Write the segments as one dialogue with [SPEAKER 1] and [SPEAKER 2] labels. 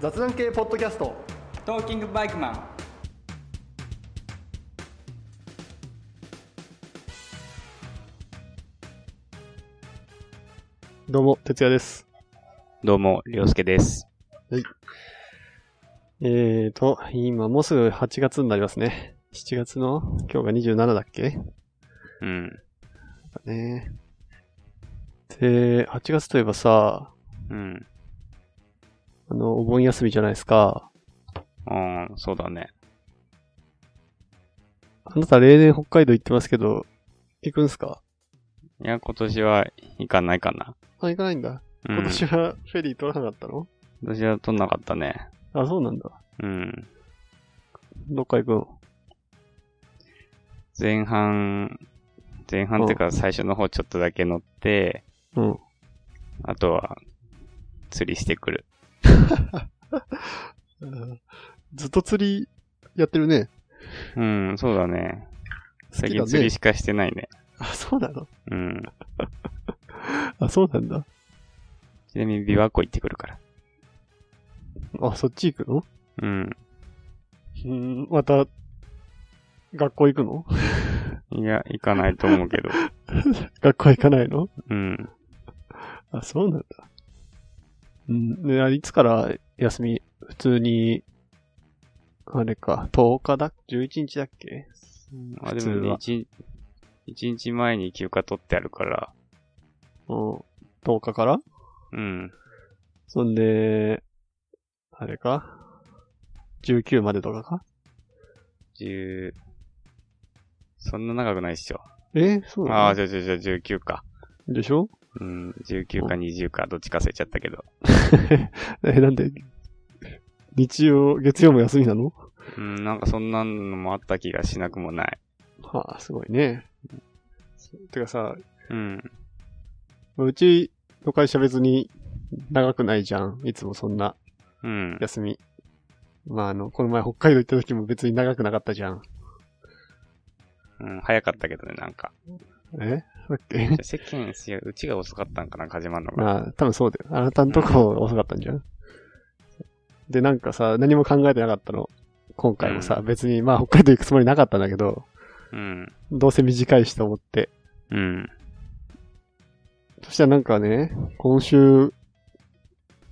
[SPEAKER 1] 雑談系ポッドキャスト
[SPEAKER 2] トーキングバイクマン
[SPEAKER 3] どうも、哲也です。
[SPEAKER 4] どうも、りょうすけです。
[SPEAKER 3] えーと、今もうすぐ8月になりますね。7月の今日が27だっけ
[SPEAKER 4] うん。
[SPEAKER 3] だね。で、8月といえばさ、
[SPEAKER 4] うん。
[SPEAKER 3] あの、お盆休みじゃないですか。
[SPEAKER 4] ああ、そうだね。
[SPEAKER 3] あなた例年北海道行ってますけど、行くんすか
[SPEAKER 4] いや、今年は行かないかな。
[SPEAKER 3] あ、行かないんだ。
[SPEAKER 4] うん、
[SPEAKER 3] 今年はフェリー取らなかったの、
[SPEAKER 4] 今年は取んなかったね。
[SPEAKER 3] あ、そうなんだ。
[SPEAKER 4] うん。
[SPEAKER 3] どっか行くの
[SPEAKER 4] 前半、前半っていうか最初の方ちょっとだけ乗って、
[SPEAKER 3] うん。
[SPEAKER 4] あとは釣りしてくる。
[SPEAKER 3] うんずっと釣りやってるね。
[SPEAKER 4] うん、そうだね。
[SPEAKER 3] 好
[SPEAKER 4] 最
[SPEAKER 3] きだ
[SPEAKER 4] 近
[SPEAKER 3] ね
[SPEAKER 4] 釣りしかしてないね。
[SPEAKER 3] あ、そうなの
[SPEAKER 4] うん。
[SPEAKER 3] あ、そうなんだ。
[SPEAKER 4] ちなみに琵琶湖行ってくるから。
[SPEAKER 3] あ、そっち行くの
[SPEAKER 4] うん。
[SPEAKER 3] うん、また、学校行くの
[SPEAKER 4] いや、行かないと思う けど。
[SPEAKER 3] 学校行かないの
[SPEAKER 4] うん。
[SPEAKER 3] あ、そうなんだ。うん、で、あいつから休み、普通に、あれか、10日だ ?11 日だっけ
[SPEAKER 4] あ、
[SPEAKER 3] 普
[SPEAKER 4] で
[SPEAKER 3] 通
[SPEAKER 4] もね
[SPEAKER 3] は、
[SPEAKER 4] 一一日前に休暇取ってあるから。
[SPEAKER 3] うん。10日から
[SPEAKER 4] うん。
[SPEAKER 3] そんで、あれか ?19 までとかか
[SPEAKER 4] 10、そんな長くないっしょ。
[SPEAKER 3] えそう
[SPEAKER 4] あ
[SPEAKER 3] な
[SPEAKER 4] あ、じゃあじゃあじゃあ19か。
[SPEAKER 3] のでしょ
[SPEAKER 4] うん、19か20か、どっちか忘れちゃったけど。
[SPEAKER 3] え、なんで、日曜、月曜も休みなの
[SPEAKER 4] うん、なんかそんなのもあった気がしなくもない。
[SPEAKER 3] はあ、すごいね。てかさ、
[SPEAKER 4] うん、
[SPEAKER 3] うちの会社別に長くないじゃん。いつもそんな。
[SPEAKER 4] うん、
[SPEAKER 3] 休み。まあ、あの、この前北海道行った時も別に長くなかったじゃん。
[SPEAKER 4] うん、早かったけどね、なんか。
[SPEAKER 3] えだっ け
[SPEAKER 4] 世間、いやうちが遅かったんかな、始まるのが。
[SPEAKER 3] まあ、多分そうだよ。あなたのとこ遅かったんじゃん。で、なんかさ、何も考えてなかったの。今回もさ、
[SPEAKER 4] うん
[SPEAKER 3] 別に、まあ北海道行くつもりなかったんだけど、
[SPEAKER 4] うん、
[SPEAKER 3] どうせ短いしと思って。
[SPEAKER 4] うん、
[SPEAKER 3] そしたらなんかね、今週、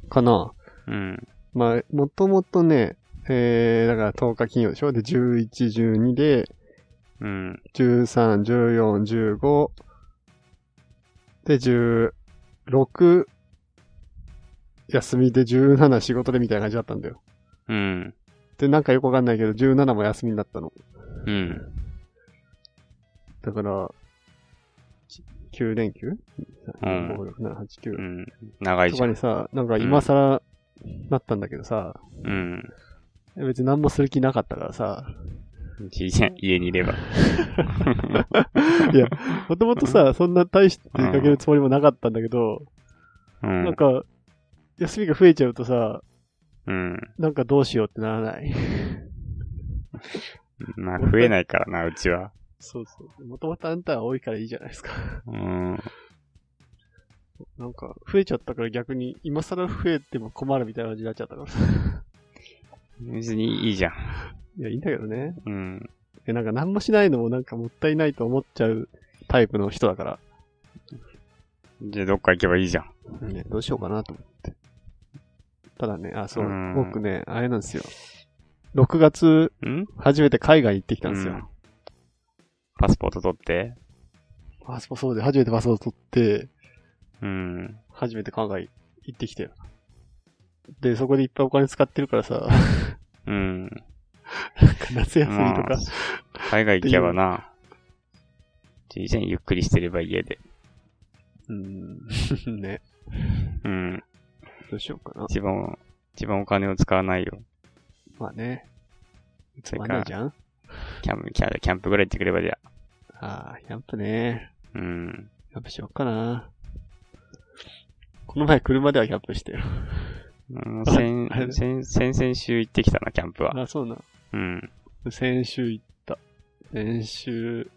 [SPEAKER 3] かな。
[SPEAKER 4] うん、
[SPEAKER 3] まあ、もともとね、えー、だから10日金曜でしょで、11、12で、
[SPEAKER 4] うん、
[SPEAKER 3] 13、14、15で、16休みで17仕事でみたいな感じだったんだよ。
[SPEAKER 4] うん、
[SPEAKER 3] で、なんかよくわかんないけど、17も休みになったの。
[SPEAKER 4] うん、
[SPEAKER 3] だから、9連休
[SPEAKER 4] うん
[SPEAKER 3] 5、6、7、8、
[SPEAKER 4] う
[SPEAKER 3] 9。
[SPEAKER 4] ん、長い
[SPEAKER 3] と
[SPEAKER 4] じゃ
[SPEAKER 3] か
[SPEAKER 4] ん
[SPEAKER 3] に。さ、なんか今更なったんだけどさ、
[SPEAKER 4] うん、
[SPEAKER 3] 別に何もする気なかったからさ、
[SPEAKER 4] いいじゃん家にいれば。
[SPEAKER 3] いや、もともとさ、そんな大して出かけるつもりもなかったんだけど、
[SPEAKER 4] う
[SPEAKER 3] なん
[SPEAKER 4] ん、
[SPEAKER 3] か、休みが増えちゃうとさ、
[SPEAKER 4] うん、
[SPEAKER 3] なんかどうしようってならない。
[SPEAKER 4] まあ、増えないからな、うちは。
[SPEAKER 3] そうそう。もともとあんたは多いからいいじゃないですか。
[SPEAKER 4] うん、
[SPEAKER 3] なんか、増えちゃったから逆に、今更増えても困る みたいな感じになっちゃったから。
[SPEAKER 4] 別にいいじゃん。
[SPEAKER 3] いや、いいんだけどね。
[SPEAKER 4] うん。
[SPEAKER 3] え、なんか何もしないのもなんかもったいないと思っちゃうタイプの人だか
[SPEAKER 4] じゃあ、どっか行けばいいじゃん。
[SPEAKER 3] ら、ね、どうしようかなと思って。ただね、あ、そう、
[SPEAKER 4] うん
[SPEAKER 3] 僕ね、あれなんですよ。6月、
[SPEAKER 4] ん
[SPEAKER 3] 初めて海外行ってきたんです
[SPEAKER 4] うん
[SPEAKER 3] よ。
[SPEAKER 4] パスポート取って。
[SPEAKER 3] パスポそうで、初めてパスポート取って、
[SPEAKER 4] うん。
[SPEAKER 3] 初めて海外行ってきて。で、そこでいっぱいお金使ってるからさ、
[SPEAKER 4] うん。
[SPEAKER 3] 夏休みと
[SPEAKER 4] ま
[SPEAKER 3] か
[SPEAKER 4] あ、海外行けばな。じゃあ、ゆっくりしてれば家で。
[SPEAKER 3] うーん ね。
[SPEAKER 4] うん。
[SPEAKER 3] どうしようかな。
[SPEAKER 4] 一番、一番お金を使わないよ。
[SPEAKER 3] まあね。
[SPEAKER 4] それ
[SPEAKER 3] まんな
[SPEAKER 4] か
[SPEAKER 3] いじ、ゃん
[SPEAKER 4] キャンプ、キャンキャンプぐらい行ってくればじゃあ。
[SPEAKER 3] ああ、キャンプね。
[SPEAKER 4] うん。
[SPEAKER 3] キャンプしようかな。この前車ではキャンプしたよ。
[SPEAKER 4] うん
[SPEAKER 3] あ
[SPEAKER 4] 先
[SPEAKER 3] あれだ、
[SPEAKER 4] 先、先々週行ってきたな、キャンプは。
[SPEAKER 3] あ、そうな。
[SPEAKER 4] うん。
[SPEAKER 3] 先週行った。先週、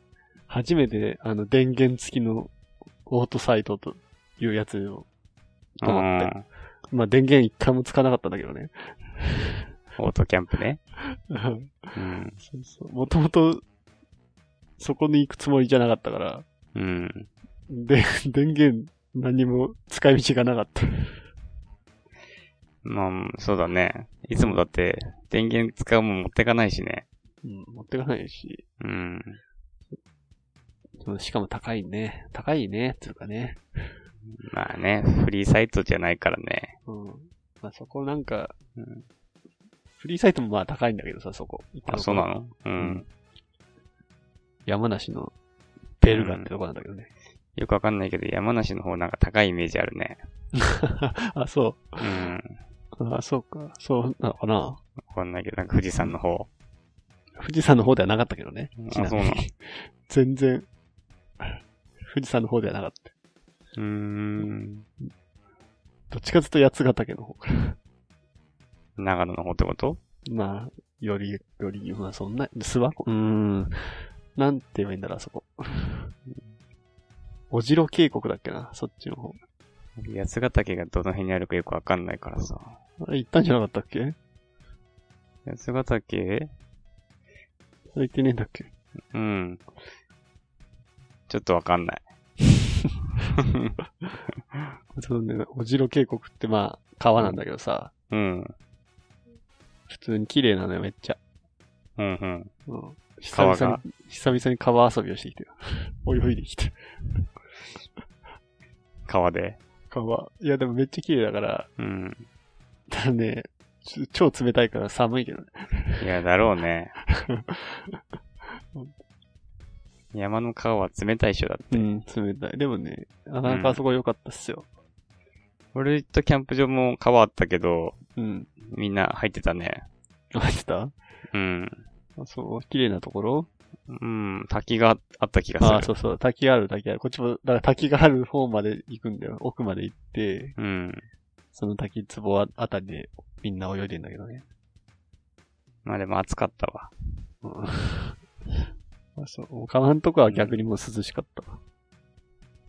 [SPEAKER 3] 初めて、あの、電源付きのオートサイトというやつを、
[SPEAKER 4] う
[SPEAKER 3] 泊まっ
[SPEAKER 4] ん
[SPEAKER 3] て。まあ電源一回もつかなかったんだけどね。
[SPEAKER 4] オートキャンプね。
[SPEAKER 3] うん
[SPEAKER 4] うん。
[SPEAKER 3] そうそう。もともと、そこに行くつもりじゃなかったから、
[SPEAKER 4] うん。
[SPEAKER 3] で、 電源何も使い道がなかった。
[SPEAKER 4] まあ、そうだね。いつもだって、電源使うもん持ってかないしね。
[SPEAKER 3] うん、持ってかないし。
[SPEAKER 4] うん。
[SPEAKER 3] そうしかも高いね。高いね、つうかね。
[SPEAKER 4] まあね、フリーサイトじゃないからね。
[SPEAKER 3] うん。まあそこなんか、
[SPEAKER 4] うん
[SPEAKER 3] フリーサイトもまあ高いんだけどさ、そこ。
[SPEAKER 4] あ、そうなの
[SPEAKER 3] う
[SPEAKER 4] う。。
[SPEAKER 3] ん山梨のベルガってとこなんだけどね。
[SPEAKER 4] よくわかんないけど、山梨の方なんか高いイメージあるね。
[SPEAKER 3] あ、そ
[SPEAKER 4] うん。
[SPEAKER 3] う。あ、そうか。そうなのかな。
[SPEAKER 4] わかんないけど、なんか富士山の方。
[SPEAKER 3] 富士山の方ではなかったけどね。ち
[SPEAKER 4] あ、
[SPEAKER 3] な
[SPEAKER 4] そ
[SPEAKER 3] み
[SPEAKER 4] う
[SPEAKER 3] に
[SPEAKER 4] なの。
[SPEAKER 3] 全然、富士山の方ではなかった。
[SPEAKER 4] うーん。
[SPEAKER 3] どっちかずっと八ヶ岳の方から。
[SPEAKER 4] 長野の方ってこと
[SPEAKER 3] まあ、より、より、まあそんな、諏訪湖うーん。なんて言えばいいんだろう、あそこ。 おじろ渓谷だっけな、そっちの方。
[SPEAKER 4] 八ヶ岳がどの辺にあるかよくわかんないからさ。
[SPEAKER 3] あれ行ったんじゃなかったっけ
[SPEAKER 4] 八ヶ岳
[SPEAKER 3] それ行ってねえんだっけ
[SPEAKER 4] うん。ちょっとわかんない。
[SPEAKER 3] そうね、おじろ渓谷ってまあ、川なんだけどさ、
[SPEAKER 4] うん。
[SPEAKER 3] 普通に綺麗なのよ、めっちゃ。
[SPEAKER 4] うんうん。
[SPEAKER 3] うん。久
[SPEAKER 4] 川が
[SPEAKER 3] 々に、久々に川遊びをしてきて よ。泳いできて。
[SPEAKER 4] 川で。
[SPEAKER 3] 川。いや、でもめっちゃ綺麗だから、
[SPEAKER 4] うん。
[SPEAKER 3] ただね、ちょ超冷たいから寒いけどね。
[SPEAKER 4] いや、だろうね。 山の川は冷たいっしょだって。
[SPEAKER 3] うん、冷たい。でもね、なかなかあそこ良かったっすよ。
[SPEAKER 4] 俺とキャンプ場も川あったけど、
[SPEAKER 3] うん。
[SPEAKER 4] みんな入ってたね。
[SPEAKER 3] 入ってた
[SPEAKER 4] うん。
[SPEAKER 3] あそう、綺麗なところ
[SPEAKER 4] うん。滝があった気がする。
[SPEAKER 3] ああ、そうそう、滝がある、滝がある。こっちも、だから滝がある方まで行くんだよ。奥まで行って、
[SPEAKER 4] うん。
[SPEAKER 3] その滝壺ああたりでみんな泳いでんだけどね。
[SPEAKER 4] まあでも暑かったわ。
[SPEAKER 3] うんあそう、川のとこは逆にもう涼しかった。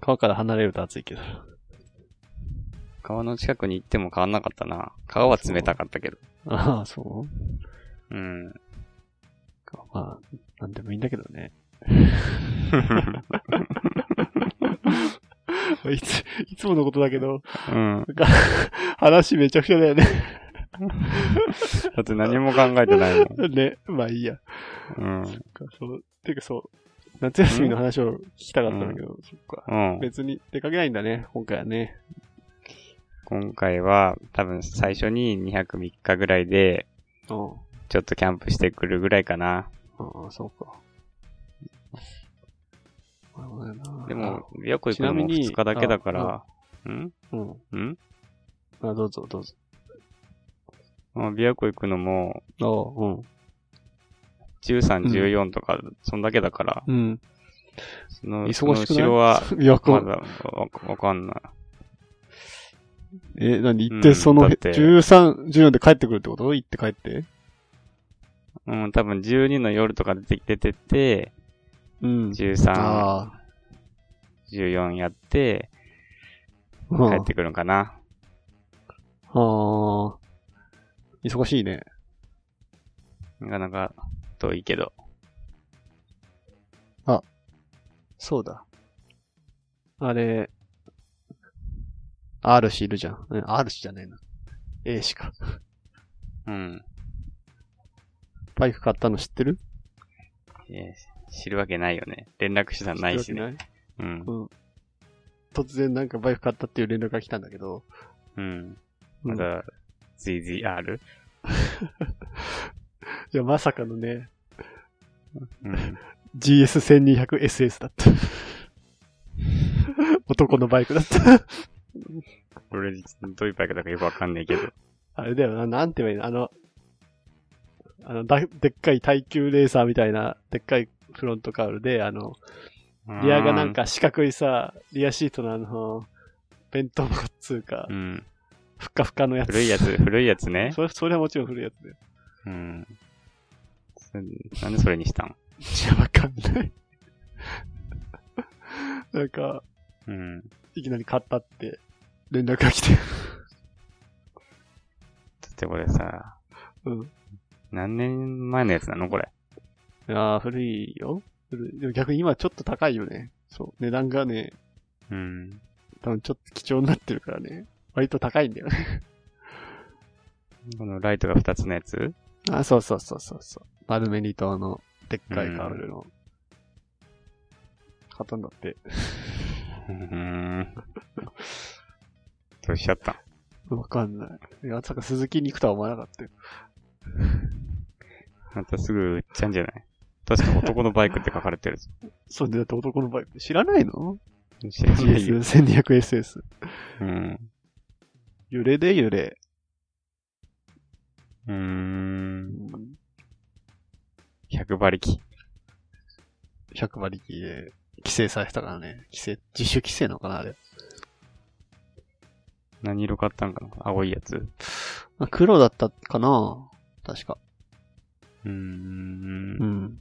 [SPEAKER 3] 川から離れると暑いけど。
[SPEAKER 4] 川の近くに行っても変わんなかったな。川は冷たかったけど。
[SPEAKER 3] ああ、そう
[SPEAKER 4] うん。
[SPEAKER 3] かまあ、なんでもいいんだけどね。いつ、いつものことだけど、
[SPEAKER 4] うん。
[SPEAKER 3] なんか、話めちゃくちゃだよね。
[SPEAKER 4] だって何も考えてないもん。
[SPEAKER 3] ね、まあいいや。
[SPEAKER 4] うん。
[SPEAKER 3] そっか、そう。てかそう、夏休みの話を聞きたかったんだけど、そっか。
[SPEAKER 4] うん。
[SPEAKER 3] 別に出かけないんだね、今回はね。
[SPEAKER 4] 今回は多分最初に2泊3日ぐらいで、
[SPEAKER 3] うん。
[SPEAKER 4] ちょっとキャンプしてくるぐらいかな。
[SPEAKER 3] ああ、そうか。なるほどやな
[SPEAKER 4] でも、、よく行
[SPEAKER 3] ち
[SPEAKER 4] く
[SPEAKER 3] な
[SPEAKER 4] の
[SPEAKER 3] み
[SPEAKER 4] も
[SPEAKER 3] に
[SPEAKER 4] 2日だけだから、うん
[SPEAKER 3] うん。
[SPEAKER 4] うん
[SPEAKER 3] あどうぞ、どうぞ。
[SPEAKER 4] まあ、琵琶湖行くのも、
[SPEAKER 3] ああ、う
[SPEAKER 4] 13、
[SPEAKER 3] ん
[SPEAKER 4] 14とか、そんだけだから、
[SPEAKER 3] うん。
[SPEAKER 4] その、その
[SPEAKER 3] 忙しく
[SPEAKER 4] 後
[SPEAKER 3] ない
[SPEAKER 4] ろは、
[SPEAKER 3] いや、こ
[SPEAKER 4] ま
[SPEAKER 3] う、
[SPEAKER 4] だわわかんない。
[SPEAKER 3] え、なんで行っ
[SPEAKER 4] う
[SPEAKER 3] て、
[SPEAKER 4] ん
[SPEAKER 3] その、
[SPEAKER 4] だって
[SPEAKER 3] 13、14で帰ってくるってこと行って帰って
[SPEAKER 4] うん、多分12の夜とか出て出てって、
[SPEAKER 3] うん。
[SPEAKER 4] 13、
[SPEAKER 3] ああ。
[SPEAKER 4] 14やって、
[SPEAKER 3] うん
[SPEAKER 4] 帰ってくるんかな。
[SPEAKER 3] ああ。忙しいね。
[SPEAKER 4] なかなか遠いけど。
[SPEAKER 3] そうだ。あれ、R 氏いるじゃん。うん R 氏じゃねえな。A 氏か。
[SPEAKER 4] うん。
[SPEAKER 3] バイク買ったの知ってる
[SPEAKER 4] いや知るわけないよね。連絡手段ないし
[SPEAKER 3] 知ってる
[SPEAKER 4] ね。
[SPEAKER 3] わけない
[SPEAKER 4] うん。
[SPEAKER 3] 突然なんかバイク買ったっていう連絡が来たんだけど。
[SPEAKER 4] うん。
[SPEAKER 3] う
[SPEAKER 4] ま
[SPEAKER 3] ん
[SPEAKER 4] だ、ZZR?
[SPEAKER 3] いや、まさかのね、
[SPEAKER 4] うん。
[SPEAKER 3] GS1200SS だった。 男のバイクだった。
[SPEAKER 4] 俺、どういうバイクだかよくわかんないけど。
[SPEAKER 3] あれだよな、なんて言えばいいのあの、あのだ、でっかい耐久レーサーみたいな、でっかいフロントカウルで、あの、リアがなんか四角いさ、リアシートのあの、弁当箱っつうか
[SPEAKER 4] う、ん。うん。
[SPEAKER 3] ふっかふかのやつ。
[SPEAKER 4] 古いやつ、古いやつね。
[SPEAKER 3] それ、それはもちろん古いやつだよ。
[SPEAKER 4] うん。そなんでそれにしたん
[SPEAKER 3] いや、わかんない。 なんか、
[SPEAKER 4] うん。
[SPEAKER 3] いきなり買ったって、連絡が来て。
[SPEAKER 4] だってこれさ、
[SPEAKER 3] うん。
[SPEAKER 4] 何年前のやつなのこれ。
[SPEAKER 3] いやー、古いよ。古い。でも逆に今ちょっと高いよね。そう。値段がね、
[SPEAKER 4] うん。
[SPEAKER 3] 多分ちょっと貴重になってるからね。割と高いんだよね。
[SPEAKER 4] このライトが2つのやつ
[SPEAKER 3] あ、そうそうそうそうそう。マルメニ島のでっかいカールの。買ったんだって。
[SPEAKER 4] うん。どうしちゃった
[SPEAKER 3] わかんない。いや、まさか鈴木に行くとは思わなかったよ。
[SPEAKER 4] またすぐ売っちゃうんじゃない確か男のバイクって書かれてるぞ。
[SPEAKER 3] そうね、だって男のバイク。知らないの
[SPEAKER 4] 知らないよ。
[SPEAKER 3] ?GS1200SS。
[SPEAKER 4] うん。
[SPEAKER 3] 揺れで揺れ。
[SPEAKER 4] う
[SPEAKER 3] う
[SPEAKER 4] ー。
[SPEAKER 3] んん、
[SPEAKER 4] 100馬力。
[SPEAKER 3] 100馬力で規制されてたからね。規制、自主規制なのかなあれ。
[SPEAKER 4] 何色買ったんかな青いやつ。
[SPEAKER 3] まあ黒だったかな確か。
[SPEAKER 4] うーん
[SPEAKER 3] う。ん。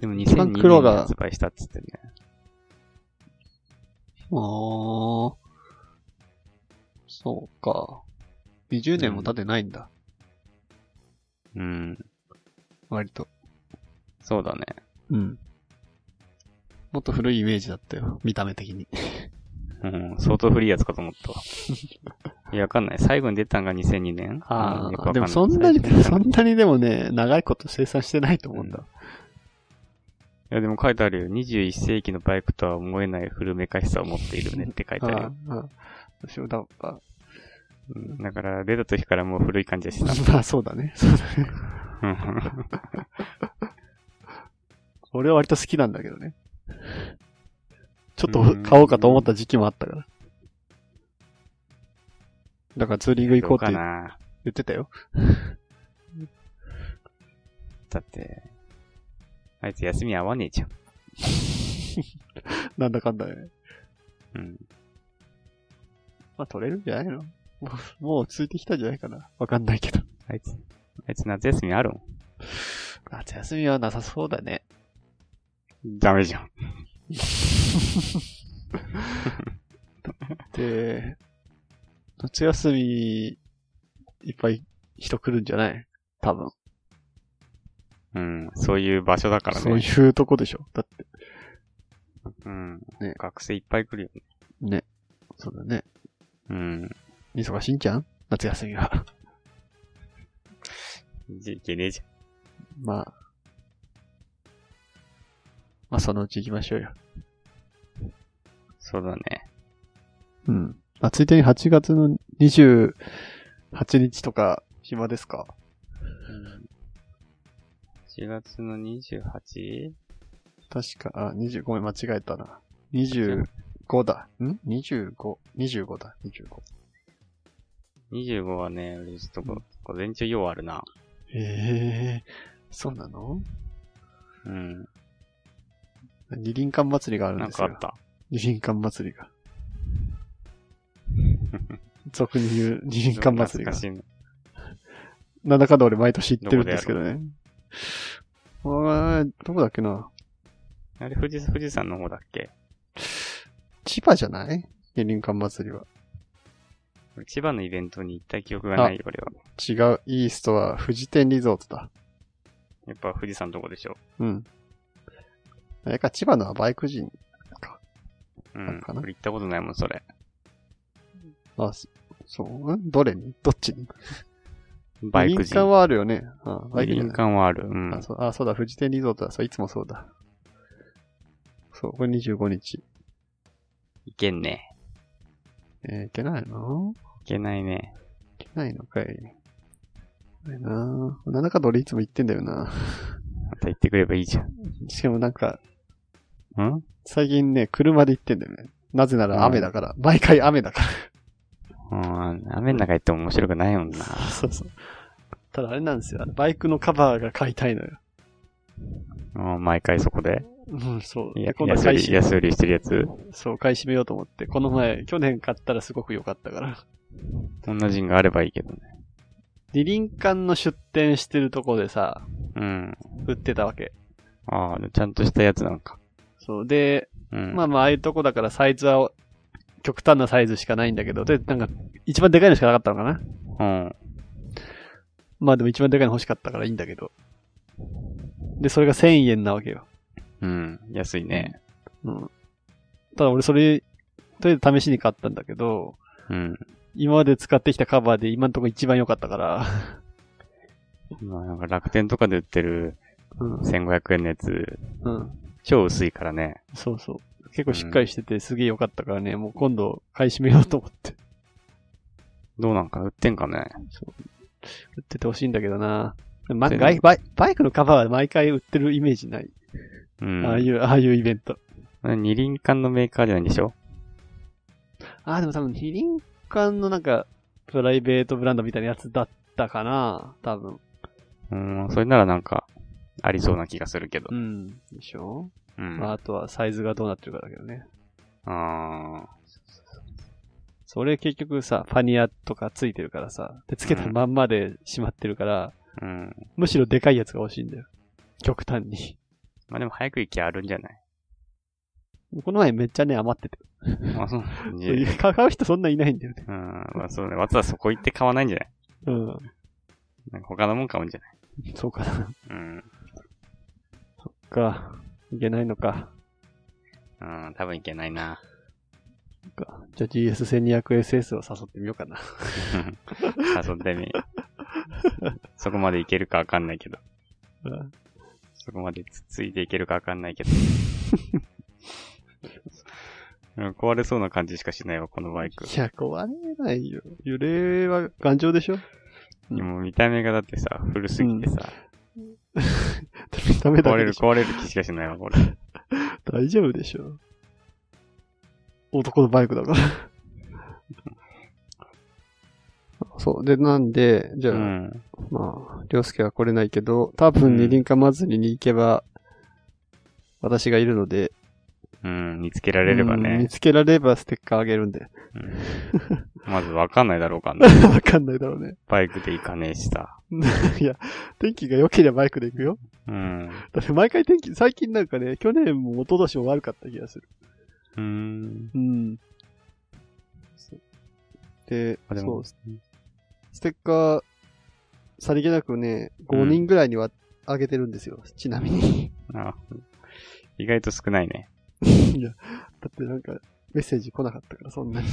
[SPEAKER 4] でも
[SPEAKER 3] 一
[SPEAKER 4] 2002
[SPEAKER 3] 番
[SPEAKER 4] 年に
[SPEAKER 3] 黒が
[SPEAKER 4] 発売したっつってね。
[SPEAKER 3] ああ。そうか。20年も経ってないんだ。
[SPEAKER 4] うん。
[SPEAKER 3] 割と。
[SPEAKER 4] そうだね。
[SPEAKER 3] うん。もっと古いイメージだったよ。見た目的に。
[SPEAKER 4] うん。相当古いやつかと 思ったわ。いや、わかんない。最後に出たんが2002年
[SPEAKER 3] あ
[SPEAKER 4] うんよく
[SPEAKER 3] あ、
[SPEAKER 4] わかない
[SPEAKER 3] でもそんなに
[SPEAKER 4] 最初、に出た
[SPEAKER 3] そ
[SPEAKER 4] のい
[SPEAKER 3] んなにでもね、長いこと生産してないと思うんだ。
[SPEAKER 4] や、でも書いてあるよ。21世紀のバイクとは思えない古めかしさを持っているねって書いてあるよ。
[SPEAKER 3] ああ、ああ私もだっぱ、
[SPEAKER 4] うんだから、出た時からもう古い感じが した。
[SPEAKER 3] まあそうだね。そうだね。
[SPEAKER 4] うん
[SPEAKER 3] 俺は割と好きなんだけどね。ちょっ
[SPEAKER 4] うん
[SPEAKER 3] と買おうかと思った時期もあったから。だからツーリング行こうっ
[SPEAKER 4] どか
[SPEAKER 3] て言
[SPEAKER 4] な。
[SPEAKER 3] ってたよ。
[SPEAKER 4] だって、あいつ休み合わねえじゃん。
[SPEAKER 3] なんだかんだね。
[SPEAKER 4] うん。
[SPEAKER 3] まあ取れるんじゃないの もう、もうついてきたんじゃないかな。わかんないけど。
[SPEAKER 4] あいつ、あいつ夏休みあるん
[SPEAKER 3] 夏休みはなさそうだね。
[SPEAKER 4] ダメじゃん。
[SPEAKER 3] で、夏休み、いっぱい人来るんじゃない多分。
[SPEAKER 4] うん。そういう場所だからね。
[SPEAKER 3] そういうとこでしょ。だって。
[SPEAKER 4] うん。
[SPEAKER 3] ね
[SPEAKER 4] 学生いっぱい来るよね。
[SPEAKER 3] ね。そうだね。
[SPEAKER 4] うん。
[SPEAKER 3] 忙しいんじゃん夏休みは。
[SPEAKER 4] じゃ、いけねえじゃん。
[SPEAKER 3] まあ。まあ、そのうち行きましょうよ。
[SPEAKER 4] そうだね。
[SPEAKER 3] うん。あ、ついでに8月の28日とか、暇ですか
[SPEAKER 4] 4月の 28?
[SPEAKER 3] 確か、あ、20、ごめん、間違えたな。25だ。ん ?25。25だ、25。
[SPEAKER 4] 25はね、俺ちょっとこ午前中用あるな。
[SPEAKER 3] ええそうなの
[SPEAKER 4] うん。
[SPEAKER 3] 二輪館祭りがあるん
[SPEAKER 4] なん
[SPEAKER 3] です
[SPEAKER 4] かあ
[SPEAKER 3] よ。
[SPEAKER 4] った。
[SPEAKER 3] 二輪館祭 りが。俗に言う二輪館祭りが
[SPEAKER 4] 懐か。しいな
[SPEAKER 3] なんだかんだ俺毎年行ってるんですけどね。あーどこだっけな
[SPEAKER 4] あれ、富士、富士山の方だっけ
[SPEAKER 3] 千葉じゃない二輪館祭りは。
[SPEAKER 4] 俺千葉のイベントに行った記憶がないよ、俺は。
[SPEAKER 3] 違う、イーストは富士天リゾートだ。
[SPEAKER 4] やっぱ富士山のとこでしょ。
[SPEAKER 3] うん。あれか、千葉のはバイク人。
[SPEAKER 4] う
[SPEAKER 3] なん
[SPEAKER 4] ん。
[SPEAKER 3] かな
[SPEAKER 4] 俺行ったことないもん、それ。
[SPEAKER 3] あ、そそう、んどれにどっちに
[SPEAKER 4] バイク
[SPEAKER 3] 二輪館
[SPEAKER 4] 人。
[SPEAKER 3] はあるよね。あバイク
[SPEAKER 4] 林
[SPEAKER 3] 人
[SPEAKER 4] 間はある。うん。
[SPEAKER 3] あそう。あ、そうだ、富士天リゾートだ。そう、いつもそうだ。そう、これ25日。
[SPEAKER 4] いけんね。
[SPEAKER 3] えー、いけないの
[SPEAKER 4] いけないね。
[SPEAKER 3] いけないのかい。ないなぁ。なんだかんだ俺いつも言ってんだよな
[SPEAKER 4] また行ってくればいいじゃん。
[SPEAKER 3] しかもなんか、
[SPEAKER 4] うん
[SPEAKER 3] 最近ね、車で行ってんだよね。なぜなら雨だから。毎回雨だか
[SPEAKER 4] うん、雨の中行っても面白くないもんな。
[SPEAKER 3] ら。そうそう。ただあれなんですよ。あのバイクのカバーが買いたいのよ。
[SPEAKER 4] うん、毎回そこで。
[SPEAKER 3] うん、そう。で
[SPEAKER 4] いや
[SPEAKER 3] 今度
[SPEAKER 4] 安売
[SPEAKER 3] 買い
[SPEAKER 4] り、
[SPEAKER 3] 占め、
[SPEAKER 4] 安売りしてるやつ
[SPEAKER 3] そう、買い占めようと思って。この前、去年買ったらすごく良かったから。
[SPEAKER 4] 同じんがあればいいけどね。
[SPEAKER 3] 二輪館の出店してるとこでさ、
[SPEAKER 4] うん。
[SPEAKER 3] 売ってたわけ。
[SPEAKER 4] ああ、ちゃんとしたやつなんか。
[SPEAKER 3] そう。で、
[SPEAKER 4] うん。
[SPEAKER 3] まあまあ、ああいうとこだからサイズは、極端なサイズしかないんだけど、で、なんか、一番でかいのしかなかったのかな
[SPEAKER 4] うん。
[SPEAKER 3] まあでも一番でかいの欲しかったからいいんだけど。で、それが1000円なわけよ。
[SPEAKER 4] うん。安いね。
[SPEAKER 3] うん。ただ俺それ、とりあえず試しに買ったんだけど、
[SPEAKER 4] うん。
[SPEAKER 3] 今まで使ってきたカバーで今のところ一番良かったから、
[SPEAKER 4] まあなんか楽天とかで売ってる
[SPEAKER 3] うん。
[SPEAKER 4] 1500円のやつ、
[SPEAKER 3] うん。
[SPEAKER 4] 超薄いからね。
[SPEAKER 3] そうそう。結構しっかりしててすげえ良かったからね、もう今度買い占めようと思って。
[SPEAKER 4] どうなんかな売ってんかね。
[SPEAKER 3] 売っててほしいんだけどな。ま、
[SPEAKER 4] 全然
[SPEAKER 3] バイバイバイクのカバーは毎回売ってるイメージない。
[SPEAKER 4] うん。
[SPEAKER 3] ああいう、ああいうイベント。
[SPEAKER 4] 二輪間のメーカーじゃないんでしょ
[SPEAKER 3] ああ、でも多分、ヒリンカンのなんか、プライベートブランドみたいなやつだったかな多分。
[SPEAKER 4] うん。それならなんか、ありそうな気がするけど
[SPEAKER 3] う。ん。でしょ、
[SPEAKER 4] うん。
[SPEAKER 3] まあ、
[SPEAKER 4] あ
[SPEAKER 3] あとはサイズがどうなってるかだけどね。
[SPEAKER 4] あ
[SPEAKER 3] それ結局さ、ファニアとかついてるからさ、で、つけたまんまでしまってるから、
[SPEAKER 4] ー。うん。
[SPEAKER 3] むしろでかいやつが欲しいんだよ。極端に。
[SPEAKER 4] まあでも早く行きゃあるんじゃない
[SPEAKER 3] この前めっちゃね、余ってて。
[SPEAKER 4] あ、そう。
[SPEAKER 3] そ
[SPEAKER 4] い
[SPEAKER 3] う
[SPEAKER 4] え
[SPEAKER 3] いう買う人そんないないんだよね。
[SPEAKER 4] うん。まあそうね。わざわざそこ行って買わないんじゃない
[SPEAKER 3] うん。
[SPEAKER 4] なんか他のもん買うんじゃない
[SPEAKER 3] そうかな。
[SPEAKER 4] うん。
[SPEAKER 3] か、いけないのか。
[SPEAKER 4] うん。多分いけないな。
[SPEAKER 3] かじゃあ GS1200SS を誘ってみようかな。
[SPEAKER 4] 遊んでみ。 そこまでいけるかわかんないけど。
[SPEAKER 3] うん
[SPEAKER 4] そこまでつついていけるかわかんないけど。 うん壊れそうな感じしかしないわ、このバイク。
[SPEAKER 3] いや、壊れないよ。揺れは頑丈でしょうん
[SPEAKER 4] もう見た目がだってさ、古すぎてさ、
[SPEAKER 3] ダメだ
[SPEAKER 4] 壊
[SPEAKER 3] け
[SPEAKER 4] れ
[SPEAKER 3] で
[SPEAKER 4] る、
[SPEAKER 3] しょ
[SPEAKER 4] 壊れる気しかしないわ、これ。
[SPEAKER 3] 大丈夫でしょ。男のバイクだから。 そう。で、なんで、じゃ
[SPEAKER 4] う
[SPEAKER 3] あ、
[SPEAKER 4] ん。
[SPEAKER 3] まあ、りょうすけは来れないけど、多分二輪か祭りに行けば、私がいるので、
[SPEAKER 4] うん、見つけられれば
[SPEAKER 3] うん見
[SPEAKER 4] ね。
[SPEAKER 3] つけられればステッカーあげるんで。
[SPEAKER 4] うんまずわかんないだろうかんない。
[SPEAKER 3] わかんないだろうね。
[SPEAKER 4] バイクで行かねえしさ。
[SPEAKER 3] いや、天気が良ければバイクで行くよ。
[SPEAKER 4] うん。
[SPEAKER 3] だって毎回天気、最近なんかね、去年も一昨年も悪かった気がする。
[SPEAKER 4] うん。
[SPEAKER 3] うん。で、
[SPEAKER 4] あで
[SPEAKER 3] そ
[SPEAKER 4] も
[SPEAKER 3] う、ステッカー、さりげなくね、5人ぐらいにはあげてるんですよ、ちなみに。
[SPEAKER 4] あ意外と少ないね。
[SPEAKER 3] いや、だってなんか、メッセージ来なかったから、そんなに。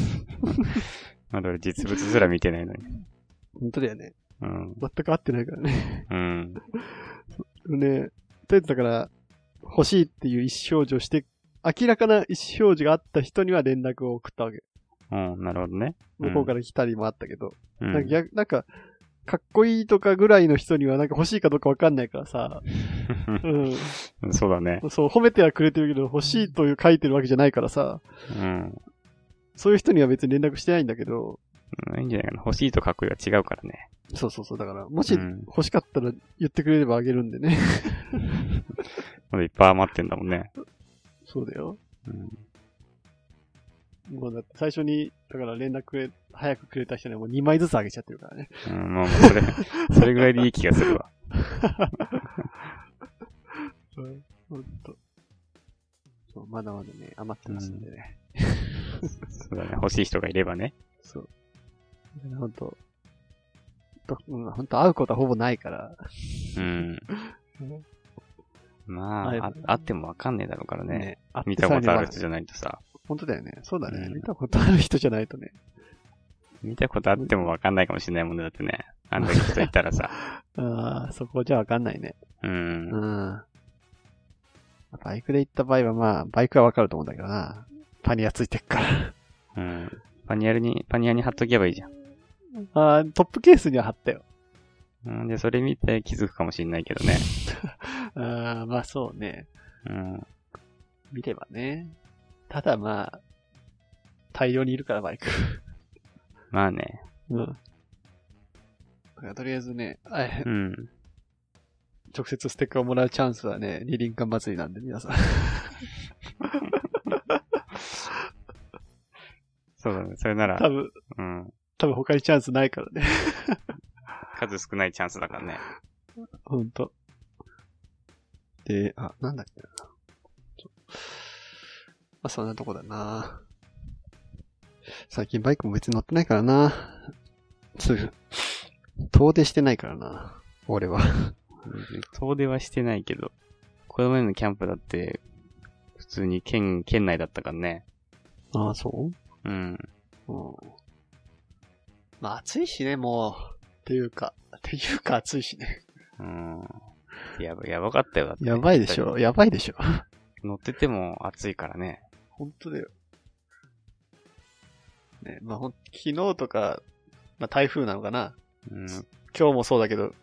[SPEAKER 4] まだ俺実物すら見てないのに。
[SPEAKER 3] 本当だよね。
[SPEAKER 4] うん。
[SPEAKER 3] 全く合ってないからね。
[SPEAKER 4] うん。
[SPEAKER 3] ね、とりあえずだから、欲しいっていう意思表示をして、明らかな意思表示があった人には連絡を送ったわけ。
[SPEAKER 4] うん、なるほどね。
[SPEAKER 3] 向こうから来たりもあったけど。
[SPEAKER 4] う
[SPEAKER 3] なんか
[SPEAKER 4] ん。
[SPEAKER 3] 逆、なんか、かっこいいとかぐらいの人にはなんか欲しいかどうかわかんないからさ。う
[SPEAKER 4] そうだね。
[SPEAKER 3] ん。そう、褒めてはくれてるけど、欲しいという書いてるわけじゃないからさ。
[SPEAKER 4] うん。
[SPEAKER 3] そういう人には別に連絡してないんだけど。
[SPEAKER 4] うんいいんじゃないかな。欲しいとかっこいいは違うからね。
[SPEAKER 3] そうそうそう。だから、も
[SPEAKER 4] う
[SPEAKER 3] し
[SPEAKER 4] ん。
[SPEAKER 3] 欲しかったら言ってくれればあげるんでね。
[SPEAKER 4] まだいっぱい余ってんだもんね。
[SPEAKER 3] そうだよ。
[SPEAKER 4] うん。
[SPEAKER 3] もうだって最初に、だから連絡くれ、早くくれた人にはもう2枚ずつあげちゃってるからね。
[SPEAKER 4] うん、まあまあ、それ、 それぐらいでいい気がするわ。
[SPEAKER 3] うん。ほんと。そう、まだまだね、余ってますんでね。
[SPEAKER 4] そうだね。欲しい人がいればね。
[SPEAKER 3] そう。ほんと、とうんほんと会うことはほぼないから。
[SPEAKER 4] うん。
[SPEAKER 3] うん
[SPEAKER 4] まあ、ああってもわかんねえだろうからね。
[SPEAKER 3] 会って
[SPEAKER 4] 見たことある
[SPEAKER 3] さらに
[SPEAKER 4] 人じゃないとさ。
[SPEAKER 3] ま本当だよね。そうだね。
[SPEAKER 4] うん
[SPEAKER 3] 見たことある人じゃないとね。
[SPEAKER 4] 見たことあってもわかんないかもしれないもんね。だってね。あんだけ人いたらさ。
[SPEAKER 3] ああ、そこじゃわかんないね。
[SPEAKER 4] うん
[SPEAKER 3] う。ん。バイクで行った場合はまあ、バイクはわかると思うんだけどな。パニアついてっから。
[SPEAKER 4] うん。パニアルに、パニアに貼っとけばいいじゃん。
[SPEAKER 3] ああ、トップケースには貼ったよ。
[SPEAKER 4] うん、で、それ見て気づくかもしれないけどね。
[SPEAKER 3] ああ、まあそうね。
[SPEAKER 4] うん。
[SPEAKER 3] 見ればね。ただまあ、大量にいるからバイク。
[SPEAKER 4] まあね。
[SPEAKER 3] うん。だからとりあえずね、あ
[SPEAKER 4] うん。
[SPEAKER 3] 直接ステッカーをもらうチャンスはね、二輪館祭りなんで、皆さん。
[SPEAKER 4] そうだね。それな
[SPEAKER 3] 多
[SPEAKER 4] ら、
[SPEAKER 3] 分、
[SPEAKER 4] うん。
[SPEAKER 3] 多分他にチャンスないからね。
[SPEAKER 4] 数少ないチャンスだからね。
[SPEAKER 3] ほんと。で、あ、なんだっけな。まあ、そんなとこだな。最近バイクも別に乗ってないからな。すぐ。遠出してないからな。俺は。
[SPEAKER 4] 遠出はしてないけど、この前のキャンプだって、普通に県、県内だったからね。
[SPEAKER 3] ああ、そ
[SPEAKER 4] うん。
[SPEAKER 3] ううん。まあ暑いしね、もう。っていうか、っていうか暑いしね。
[SPEAKER 4] うん。やば、やばかったよ、だって。
[SPEAKER 3] やばいでし。ょ、やばいでしょ。
[SPEAKER 4] 乗ってても暑いからね。
[SPEAKER 3] 本当だよ。ね、まあほん、昨日とか、まあ台風なのかな。
[SPEAKER 4] うん。
[SPEAKER 3] 今日もそうだけど、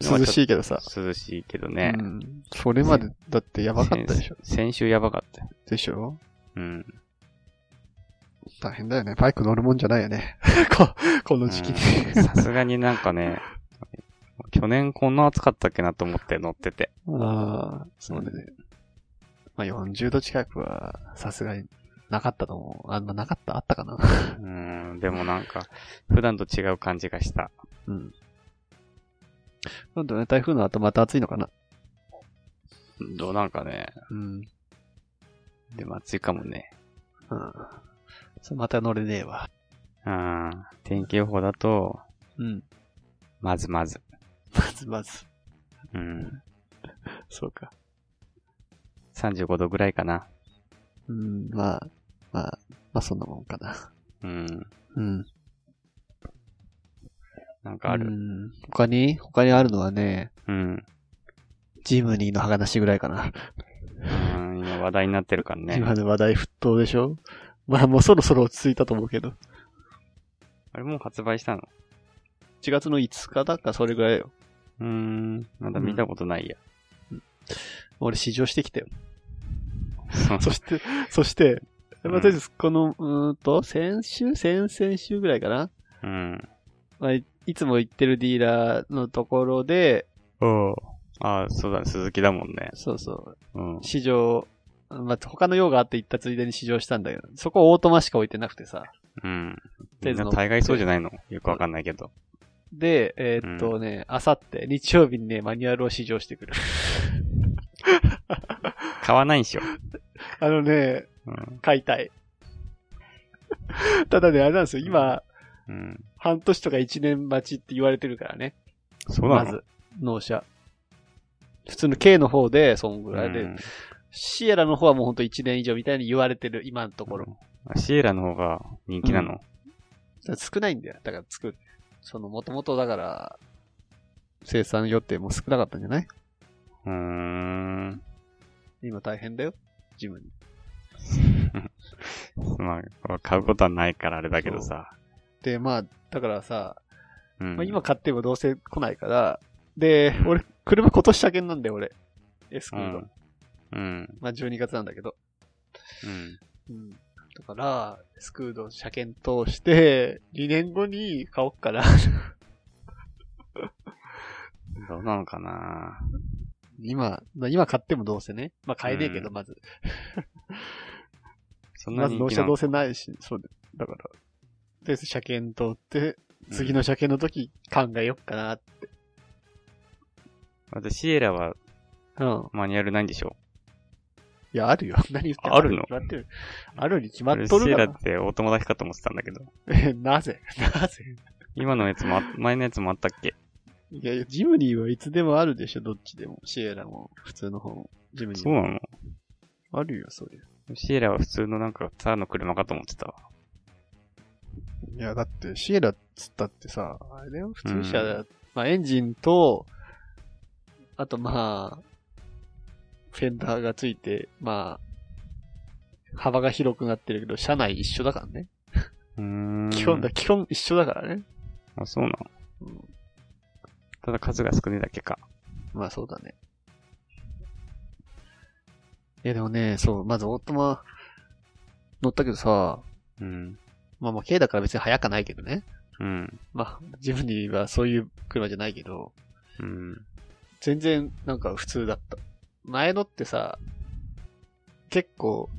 [SPEAKER 3] 涼しいけどさ。
[SPEAKER 4] い。涼しいけどね
[SPEAKER 3] う。ん。それまで、だってやばかったでしょ。
[SPEAKER 4] 先先週やばかったよ。
[SPEAKER 3] でしょ
[SPEAKER 4] うん。
[SPEAKER 3] 大変だよね。バイク乗るもんじゃないよね。 こ、この時期に。
[SPEAKER 4] うんさすがになんかね、去年こんな暑かったっけなと思って乗ってて。
[SPEAKER 3] ああ、そうだね。まあ、40度近くは、さすがになかったと思う。あんまなかったあったか な。
[SPEAKER 4] うん。でもなんか、普段と違う感じがした。
[SPEAKER 3] うん。なんだね、台風の後また暑いのかな。
[SPEAKER 4] どうなんかね。
[SPEAKER 3] うん。
[SPEAKER 4] でも暑いかもね。
[SPEAKER 3] うん。それまた乗れねえわ。
[SPEAKER 4] うん。天気予報だと、
[SPEAKER 3] うん。
[SPEAKER 4] まずまず。
[SPEAKER 3] まずまず。
[SPEAKER 4] うん。
[SPEAKER 3] そうか。
[SPEAKER 4] 35度ぐらいかな。
[SPEAKER 3] うん、まあ、まあ、まあそんなもんかな。
[SPEAKER 4] うん。
[SPEAKER 3] うん。
[SPEAKER 4] なんかあ
[SPEAKER 3] う
[SPEAKER 4] る。
[SPEAKER 3] ん。他に他にあるのはね、
[SPEAKER 4] うん。
[SPEAKER 3] ジムニーの話ぐらいかな。
[SPEAKER 4] うん、今話題になってるからね。
[SPEAKER 3] 今の話題沸騰でしょまあもうそろそろ落ち着いたと思うけど。
[SPEAKER 4] あれもう発売したの
[SPEAKER 3] 1月の5日だかそれぐらいよ。
[SPEAKER 4] うーん。まだ見たことないや。
[SPEAKER 3] 俺試乗してきたよ。
[SPEAKER 4] そう
[SPEAKER 3] そして、そして、
[SPEAKER 4] うん
[SPEAKER 3] まあ、とりあえず、この、うーんと、先週先々週ぐらいかな、
[SPEAKER 4] うん。
[SPEAKER 3] まあ、いいつも行ってるディーラーのところで、
[SPEAKER 4] おああ、そうだね、鈴木だもんね。
[SPEAKER 3] そうそう、
[SPEAKER 4] うん。
[SPEAKER 3] 試乗、まあ、他の用があって行ったついでに試乗したんだけど、そこオートマしか置いてなくてさ。
[SPEAKER 4] うん。
[SPEAKER 3] で
[SPEAKER 4] みんな大概そうじゃないのよくわかんないけど。
[SPEAKER 3] で、えーっとね、あさって、日曜日にね、マニュアルを試乗してくる。
[SPEAKER 4] 買わないんしょ。
[SPEAKER 3] あのね、
[SPEAKER 4] うん。
[SPEAKER 3] 買いたい。 ただね、あれなんですよ、今、
[SPEAKER 4] うん。
[SPEAKER 3] 半年とか一年待ちって言われてるからね。
[SPEAKER 4] そうな
[SPEAKER 3] ま
[SPEAKER 4] の
[SPEAKER 3] ず、納車。普通の K の方で、そんぐ
[SPEAKER 4] う
[SPEAKER 3] らいで、
[SPEAKER 4] ん
[SPEAKER 3] シエラの方はもうほんと1年以上みたいに言われてる、今のところ。
[SPEAKER 4] シエラの方が人気なの
[SPEAKER 3] 少ないんだよ。だから作る。その、もともとだから、生産予定も少なかったんじゃないう
[SPEAKER 4] ーん。
[SPEAKER 3] 今大変だよ。ジムに。
[SPEAKER 4] まあ、買うことはないからあれだけどさ。
[SPEAKER 3] で、まあ、だからさ、
[SPEAKER 4] うん。
[SPEAKER 3] まあ、今買ってもどうせ来ないから、で、俺、車今年車検なんだよ、俺。エスク
[SPEAKER 4] う
[SPEAKER 3] ード。
[SPEAKER 4] ん。うん。
[SPEAKER 3] まあ、12月なんだけど。
[SPEAKER 4] うん。
[SPEAKER 3] うん。だから、スクード車検通して、2年後に買おっかな。
[SPEAKER 4] どうなのかな
[SPEAKER 3] 今、まあ今買ってもどうせね。まあ買えねえけど、
[SPEAKER 4] う
[SPEAKER 3] まず。
[SPEAKER 4] そんな
[SPEAKER 3] まず
[SPEAKER 4] 人
[SPEAKER 3] 納
[SPEAKER 4] 気
[SPEAKER 3] 車
[SPEAKER 4] な
[SPEAKER 3] ど
[SPEAKER 4] の
[SPEAKER 3] うせないし、そうだだから。とりあえず車検通って、次の車検の時考えよっかな。
[SPEAKER 4] だってシエラは
[SPEAKER 3] うん。
[SPEAKER 4] マニュアルないんでしょ
[SPEAKER 3] いや、あるよ。 何言ってん
[SPEAKER 4] あるの
[SPEAKER 3] 決まってる。あるに決まっ
[SPEAKER 4] 俺シ
[SPEAKER 3] と
[SPEAKER 4] エ
[SPEAKER 3] る
[SPEAKER 4] ラ
[SPEAKER 3] か
[SPEAKER 4] ってお友達かと思ってたんだけど。
[SPEAKER 3] ら。 なぜなぜ
[SPEAKER 4] 今のやつもあ、前のやつもあったっけ
[SPEAKER 3] いやいや、ジムニーはいつでもあるでしょ、どっちでも。シエラも、普通の方も。ジムニー
[SPEAKER 4] そう
[SPEAKER 3] も。
[SPEAKER 4] なの
[SPEAKER 3] あるよ、そういう。
[SPEAKER 4] シエラは普通のなんか、ただの車かと思ってたわ。
[SPEAKER 3] いや、だって、シエラっつったってさ、あれだよ、普通車だ、
[SPEAKER 4] う
[SPEAKER 3] まあエンジンと、あとまあ、フェンダーがついて、まあ、幅が広くなってるけど、車内一緒だからね。
[SPEAKER 4] うーん。
[SPEAKER 3] 基本だ、基本一緒だからね。
[SPEAKER 4] あ、そうなの
[SPEAKER 3] うん、
[SPEAKER 4] ただ数が少ないだけか。
[SPEAKER 3] まあそうだね。いやでもね、そう、まずオートマ乗ったけどさ、
[SPEAKER 4] うん。
[SPEAKER 3] まあまあ K だから別に速かないけどね。
[SPEAKER 4] うん。
[SPEAKER 3] まあ、自分にはそういう車じゃないけど、
[SPEAKER 4] うん。
[SPEAKER 3] 全然なんか普通だった。前のってさ、結構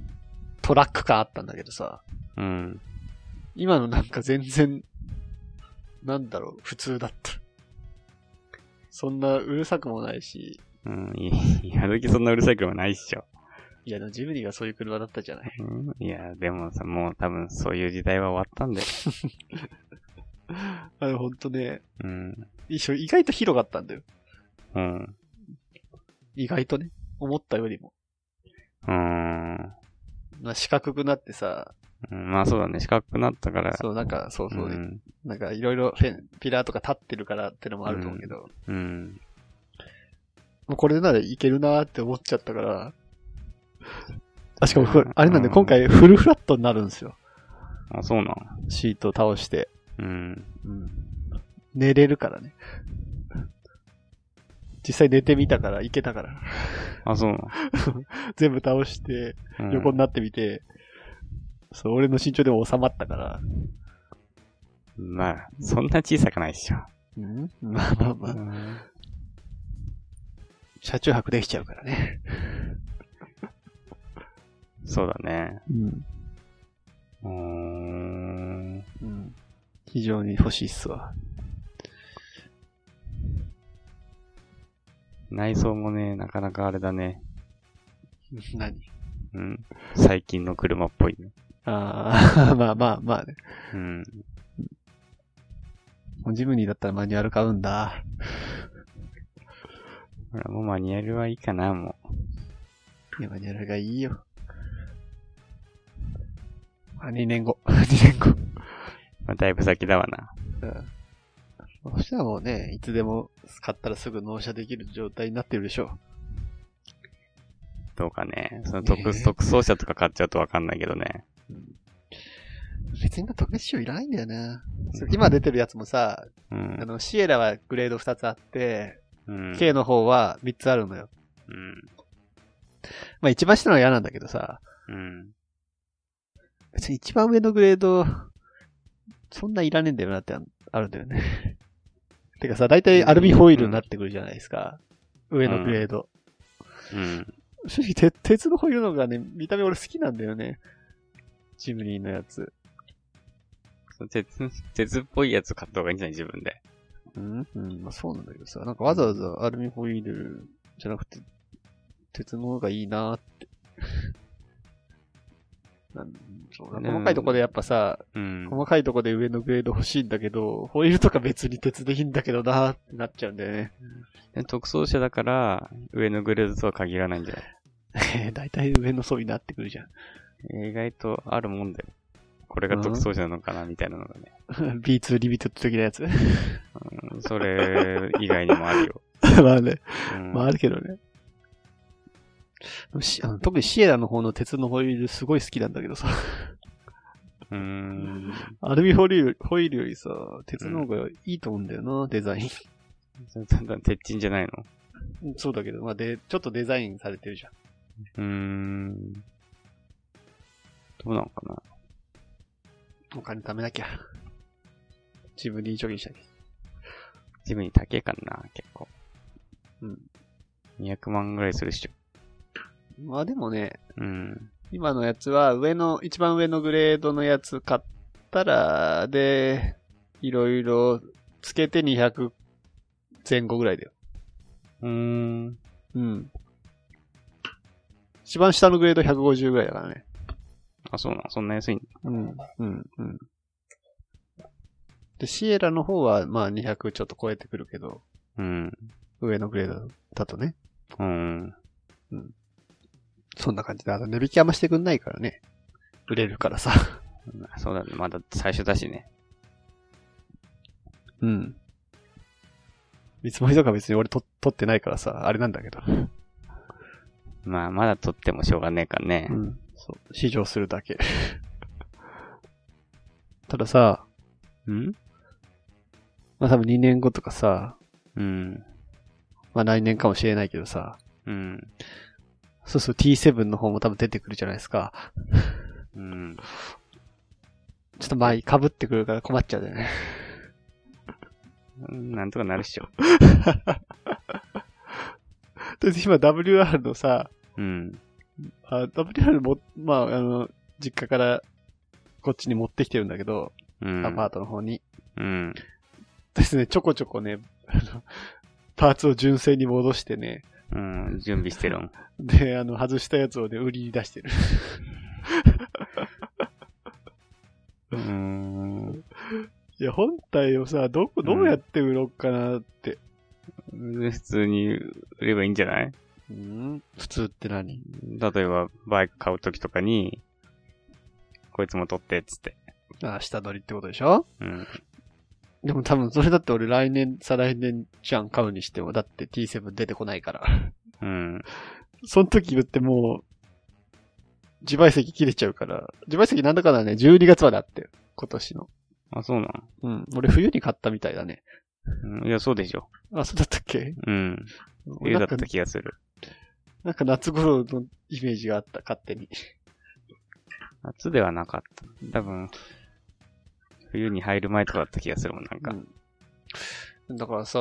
[SPEAKER 3] トラック感あったんだけどさ、
[SPEAKER 4] うん。
[SPEAKER 3] 今のなんか全然、なんだろう、普通だった。そんなうるさくもないし、
[SPEAKER 4] うん。いいや、今時そんなうるさい車ないっしょ。
[SPEAKER 3] いや、でもジムニーがそういう車だったじゃない。
[SPEAKER 4] うん、いや、でもさ、もう多分そういう時代は終わったんだよ。
[SPEAKER 3] あれほんとね、
[SPEAKER 4] うん。
[SPEAKER 3] 一緒意外と広かったんだよ。
[SPEAKER 4] うん。
[SPEAKER 3] 意外とね、思ったよりも。
[SPEAKER 4] うん。うん
[SPEAKER 3] まあ、四角くなってさ、
[SPEAKER 4] まあそうだね。四角くなったから。
[SPEAKER 3] そう、なんか、そうそう、
[SPEAKER 4] うん。
[SPEAKER 3] なんかいろいろフェンピラーとか立ってるからってのもあると思うけど、
[SPEAKER 4] うん。
[SPEAKER 3] もうこれならいけるなーって思っちゃったから。あ、しかもこ
[SPEAKER 4] う
[SPEAKER 3] れ
[SPEAKER 4] ん、
[SPEAKER 3] あれなんで
[SPEAKER 4] うん
[SPEAKER 3] 今回フルフラットになるんですよ。
[SPEAKER 4] あ、そうなん。
[SPEAKER 3] シートを倒して。
[SPEAKER 4] うん。
[SPEAKER 3] うん。寝れるからね。実際寝てみたから、いけたから。
[SPEAKER 4] あ、そう
[SPEAKER 3] 全部倒して、
[SPEAKER 4] なん。うん
[SPEAKER 3] 横になってみて、そう、俺の身長でも収まったから。
[SPEAKER 4] まあ、そんな小さくないっしょ。
[SPEAKER 3] うんまあまあまあ。車中泊できちゃうからね。
[SPEAKER 4] そうだね。
[SPEAKER 3] うん。
[SPEAKER 4] うーん。
[SPEAKER 3] うん。非常に欲しいっすわ。
[SPEAKER 4] 内装もね、なかなかあれだね。
[SPEAKER 3] 何
[SPEAKER 4] うん。最近の車っぽいね。
[SPEAKER 3] ああ、 まあまあまあね。
[SPEAKER 4] うん。
[SPEAKER 3] もうジムニーだったらマニュアル買うんだ。
[SPEAKER 4] ほら、もうマニュアルはいいかな、も
[SPEAKER 3] いや、マニュアルがいいよ。あ、2年後。2年後。
[SPEAKER 4] う。まあ、だいぶ先だわな。
[SPEAKER 3] うん。そしたらもうね、いつでも買ったらすぐ納車できる状態になってるでしょ
[SPEAKER 4] どうかね。その特、
[SPEAKER 3] ねえ
[SPEAKER 4] 特装車とか買っちゃうとわかんないけどね。
[SPEAKER 3] う。別に今特別仕様いらないんだよな。そう今出てるやつもさ、あ
[SPEAKER 4] うん。
[SPEAKER 3] の、シエラはグレード2つあって、
[SPEAKER 4] うん。
[SPEAKER 3] K の方は3つあるのよ。
[SPEAKER 4] うん。
[SPEAKER 3] まあ一番下のは嫌なんだけどさ、
[SPEAKER 4] うん。
[SPEAKER 3] 別に一番上のグレード、そんないらねえんだよなってああるんだよね。 てかさ、大体アルミホイルになってくるじゃないですか。上のグレード。
[SPEAKER 4] うん。
[SPEAKER 3] 正直、鉄鉄のホイールの方がね、見た目俺好きなんだよね。ジムニーのやつ。
[SPEAKER 4] そう鉄、鉄っぽいやつ買った方がいいんじゃない自分で。
[SPEAKER 3] うんうん、まあそうなんだけどさ、なんかわざわざアルミホイールじゃなくて、鉄の方がいいなーって。 なんそうなんか細かいとこでやっぱさ、
[SPEAKER 4] うん。
[SPEAKER 3] 細かいとこで上のグレード欲しいんだけど、ホイールとか別に鉄でいいんだけどなーってなっちゃうんだよね。
[SPEAKER 4] で特装車だから、上のグレードとは限らないんじゃない
[SPEAKER 3] だいたい上の層になってくるじゃ
[SPEAKER 4] 意外とあるもんだよ。これが特装車なのかな、みたいなのがね。
[SPEAKER 3] ん。B2 リミテッド的なやつ。
[SPEAKER 4] うんそれ以外にもあるよ。
[SPEAKER 3] まあね。
[SPEAKER 4] うん
[SPEAKER 3] まああるけどね。しあの特にシエラの方の鉄のホイールすごい好きなんだけどさ。
[SPEAKER 4] うーん。
[SPEAKER 3] アルミホイールホイールよりさ、鉄の方がいいと思うんだよな、デザイン。
[SPEAKER 4] それただ、鉄人じゃないの
[SPEAKER 3] そうだけど、まあで、ちょっとデザインされてるじゃん。
[SPEAKER 4] うーん。どうなのかな
[SPEAKER 3] お金貯めなきゃ。自分で貯金しなきゃ。
[SPEAKER 4] ジムに高えかな、結構。
[SPEAKER 3] うん。
[SPEAKER 4] 200万ぐらいするっしょ。
[SPEAKER 3] まあでもね、
[SPEAKER 4] うん。
[SPEAKER 3] 今のやつは上の、一番上のグレードのやつ買ったら、で、いろいろつけて200前後ぐらいだよ
[SPEAKER 4] うーん。
[SPEAKER 3] うん。一番下のグレード150ぐらいだからね。
[SPEAKER 4] あ、そうなん、そんな安いん
[SPEAKER 3] うん。うん。うん。で、シエラの方は、まあ200ちょっと超えてくるけど、
[SPEAKER 4] うん。
[SPEAKER 3] 上のグレードだとね。
[SPEAKER 4] うん。
[SPEAKER 3] そんな感じで、あの値引きあんましてくんないからね。売れるからさ。
[SPEAKER 4] そうだね。まだ最初だしね。
[SPEAKER 3] うん。見積もりとか別に俺と取ってないからさ、あれなんだけど。
[SPEAKER 4] まあ、まだ取ってもしょうがねえからね。
[SPEAKER 3] ん。そう。試乗するだけ。 たださ、
[SPEAKER 4] うん
[SPEAKER 3] まあ多分2年後とかさ、
[SPEAKER 4] うん。
[SPEAKER 3] まあ来年かもしれないけどさ、
[SPEAKER 4] うん。
[SPEAKER 3] そうそう、T7 の方も多分出てくるじゃないですか。
[SPEAKER 4] うん。
[SPEAKER 3] ちょっと前被ってくるから困っちゃう よね。
[SPEAKER 4] なんとかなるっしょ。
[SPEAKER 3] で、今 WR のさ、
[SPEAKER 4] うん。
[SPEAKER 3] あ WR も、まあ、あの、実家からこっちに持ってきてるんだけど、
[SPEAKER 4] うん。
[SPEAKER 3] アパートの方に。
[SPEAKER 4] うん。
[SPEAKER 3] ですね、ちょこちょこね、あの、パーツを純正に戻してね、
[SPEAKER 4] うん。準備してるん。
[SPEAKER 3] で、あの、外したやつをね、売りに出してる。
[SPEAKER 4] うん。
[SPEAKER 5] いや、本体をさ、どこ、どうやって売ろうかなって。
[SPEAKER 4] 普通に売ればいいんじゃない
[SPEAKER 3] うん普通って何
[SPEAKER 4] 例えば、バイク買うときとかに、こいつも取って、つって。
[SPEAKER 3] あ、下取りってことでしょ
[SPEAKER 4] うん。
[SPEAKER 3] でも多分それだって俺来年、再来年じゃん買うにしても、だって T7 出てこないから。
[SPEAKER 4] うん。
[SPEAKER 5] その時言ってもう、自賠責切れちゃうから、自賠責なんだかんだね、12月まであって、今年の。
[SPEAKER 4] あ、そうな
[SPEAKER 3] うん。俺冬に買ったみたいだね。
[SPEAKER 4] の、うん、いや、そうでしょ。
[SPEAKER 5] あ、そうだったっけ
[SPEAKER 4] うん。冬
[SPEAKER 5] な
[SPEAKER 4] だ
[SPEAKER 5] ん
[SPEAKER 4] っ
[SPEAKER 5] か
[SPEAKER 4] た気がする。
[SPEAKER 5] なんか夏頃のイメージがあった、勝手に。
[SPEAKER 4] 夏ではなかった。多分、冬に入る前とかだった気がするもん、なんか。
[SPEAKER 3] うんだからさ、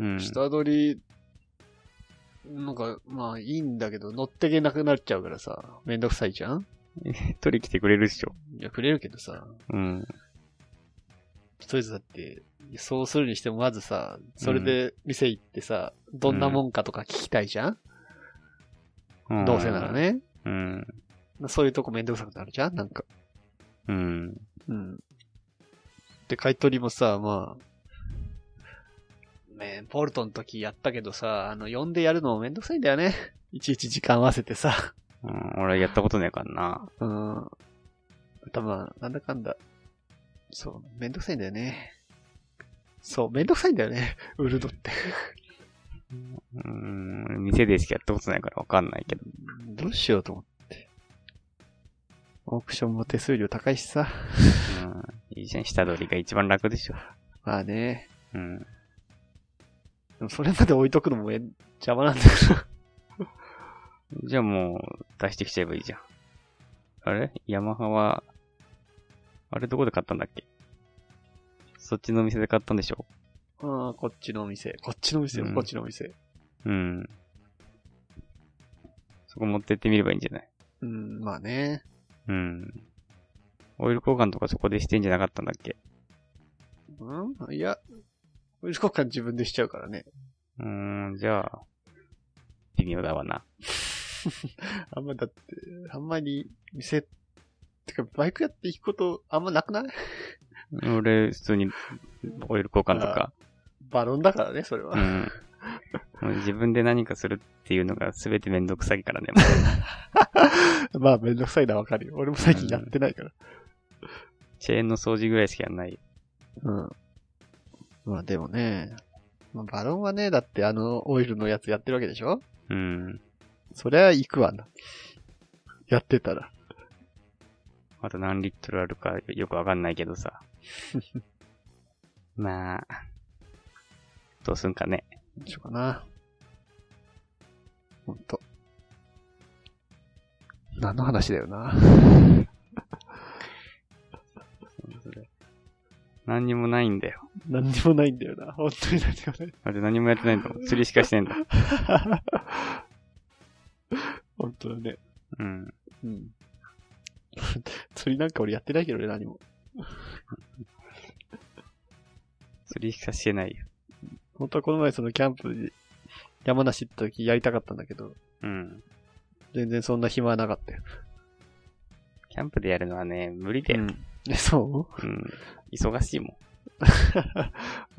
[SPEAKER 4] ん
[SPEAKER 3] 下取り、なんか、まあいいんだけど、乗ってけなくなっちゃうからさ、めんどくさいじゃん
[SPEAKER 4] 取り来てくれるっしょ。
[SPEAKER 3] いや、くれるけどさ、
[SPEAKER 4] うん。
[SPEAKER 3] とりあえずだって、そうするにしてもまずさ、それで店行ってさ、どんなもんかとか聞きたいじゃん、
[SPEAKER 4] ん
[SPEAKER 3] どうせなら。ね。
[SPEAKER 4] うん。
[SPEAKER 3] そういうとこめんどくさくなるじゃんなんか。
[SPEAKER 4] うん。
[SPEAKER 3] うん。で、買い取りもさ、まあ、ねえポルトの時やったけどさ、あの、呼んでやるのもめんどくさいんだよね。 いちいち時間合わせてさ。
[SPEAKER 4] うん、俺やったことねえからな。
[SPEAKER 3] うん。頭、なんだかんだ。そう、めんどくさいんだよね。そう、めんどくさいんだよね。 売るのって。
[SPEAKER 4] うん、店でしかやったことないからわかんないけど。
[SPEAKER 3] どうしようと思って。オークションも手数料高いしさ。
[SPEAKER 4] うん。いいじゃん、下取りが一番楽でしょ。
[SPEAKER 3] まあね。
[SPEAKER 4] うん。
[SPEAKER 3] でもそれまで置いとくのもめん邪魔なんだけど。
[SPEAKER 4] じゃあもう、出してきちゃえばいいじゃん。あれヤマハは、あれどこで買ったんだっけそっちのお店で買ったんでしょ
[SPEAKER 3] うん、こっちのお店。こっちのお店、
[SPEAKER 4] うん
[SPEAKER 3] こっちのお店。
[SPEAKER 4] うん。そこ持ってってみればいいんじゃない
[SPEAKER 3] うん、まあね。
[SPEAKER 4] うん。オイル交換とかそこでしてんじゃなかったんだっけ
[SPEAKER 3] うんいや、無事交換自分でしちゃうからね。
[SPEAKER 4] うーん、じゃあ、微妙だわな。
[SPEAKER 3] あんまだって、あんまり店、てかバイクやって行くことあんまなくない
[SPEAKER 4] 俺、普通に、オイル交換とか、
[SPEAKER 3] バロンだからね、それは。
[SPEAKER 4] うん。 もう自分で何かするっていうのが全てめんどくさいからね。
[SPEAKER 3] まあめんどくさいのはわかるよ。俺も最近やってないから。
[SPEAKER 4] チェーンの掃除ぐらいしかやんないよ。
[SPEAKER 3] うん。まあでもね、まあ、バロンはね、だってあのオイルのやつやってるわけでしょ
[SPEAKER 4] うん。
[SPEAKER 3] そりゃ行くわな。やってたら。
[SPEAKER 4] あと何リットルあるかよくわかんないけど さ。まあ、どうすんかね。
[SPEAKER 3] どうしようかな。ほんと。何の話だよな。
[SPEAKER 4] 何にもないんだよ。
[SPEAKER 5] 何にもないんだよな。本当に何にもない。
[SPEAKER 4] だって何もやってないんだもん。釣りしかしてんだ。
[SPEAKER 5] 本当だね。
[SPEAKER 4] うん。
[SPEAKER 3] うん。
[SPEAKER 5] 釣りなんか俺やってないけどね、何も。
[SPEAKER 4] 釣りしかしてないよ。
[SPEAKER 5] 本当はこの前そのキャンプに、
[SPEAKER 3] 山梨行った時やりたかったんだけど、
[SPEAKER 4] うん。
[SPEAKER 3] 全然そんな暇はなかったよ。
[SPEAKER 4] キャンプでやるのはね、無理だよ。
[SPEAKER 3] え、そ
[SPEAKER 4] うん。忙しいも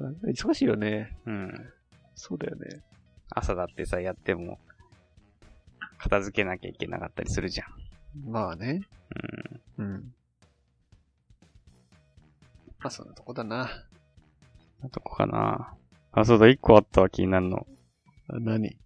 [SPEAKER 3] う 忙しいよね。
[SPEAKER 4] ん。うん。
[SPEAKER 3] そうだよね。
[SPEAKER 4] 朝だってさ、やっても、片付けなきゃいけなかったりするじゃん。
[SPEAKER 3] まあね。
[SPEAKER 4] うん。
[SPEAKER 3] うん。まあそんなとこだな。
[SPEAKER 4] どこかなあ、そうだ、一個あったわ、気になるの。
[SPEAKER 3] 何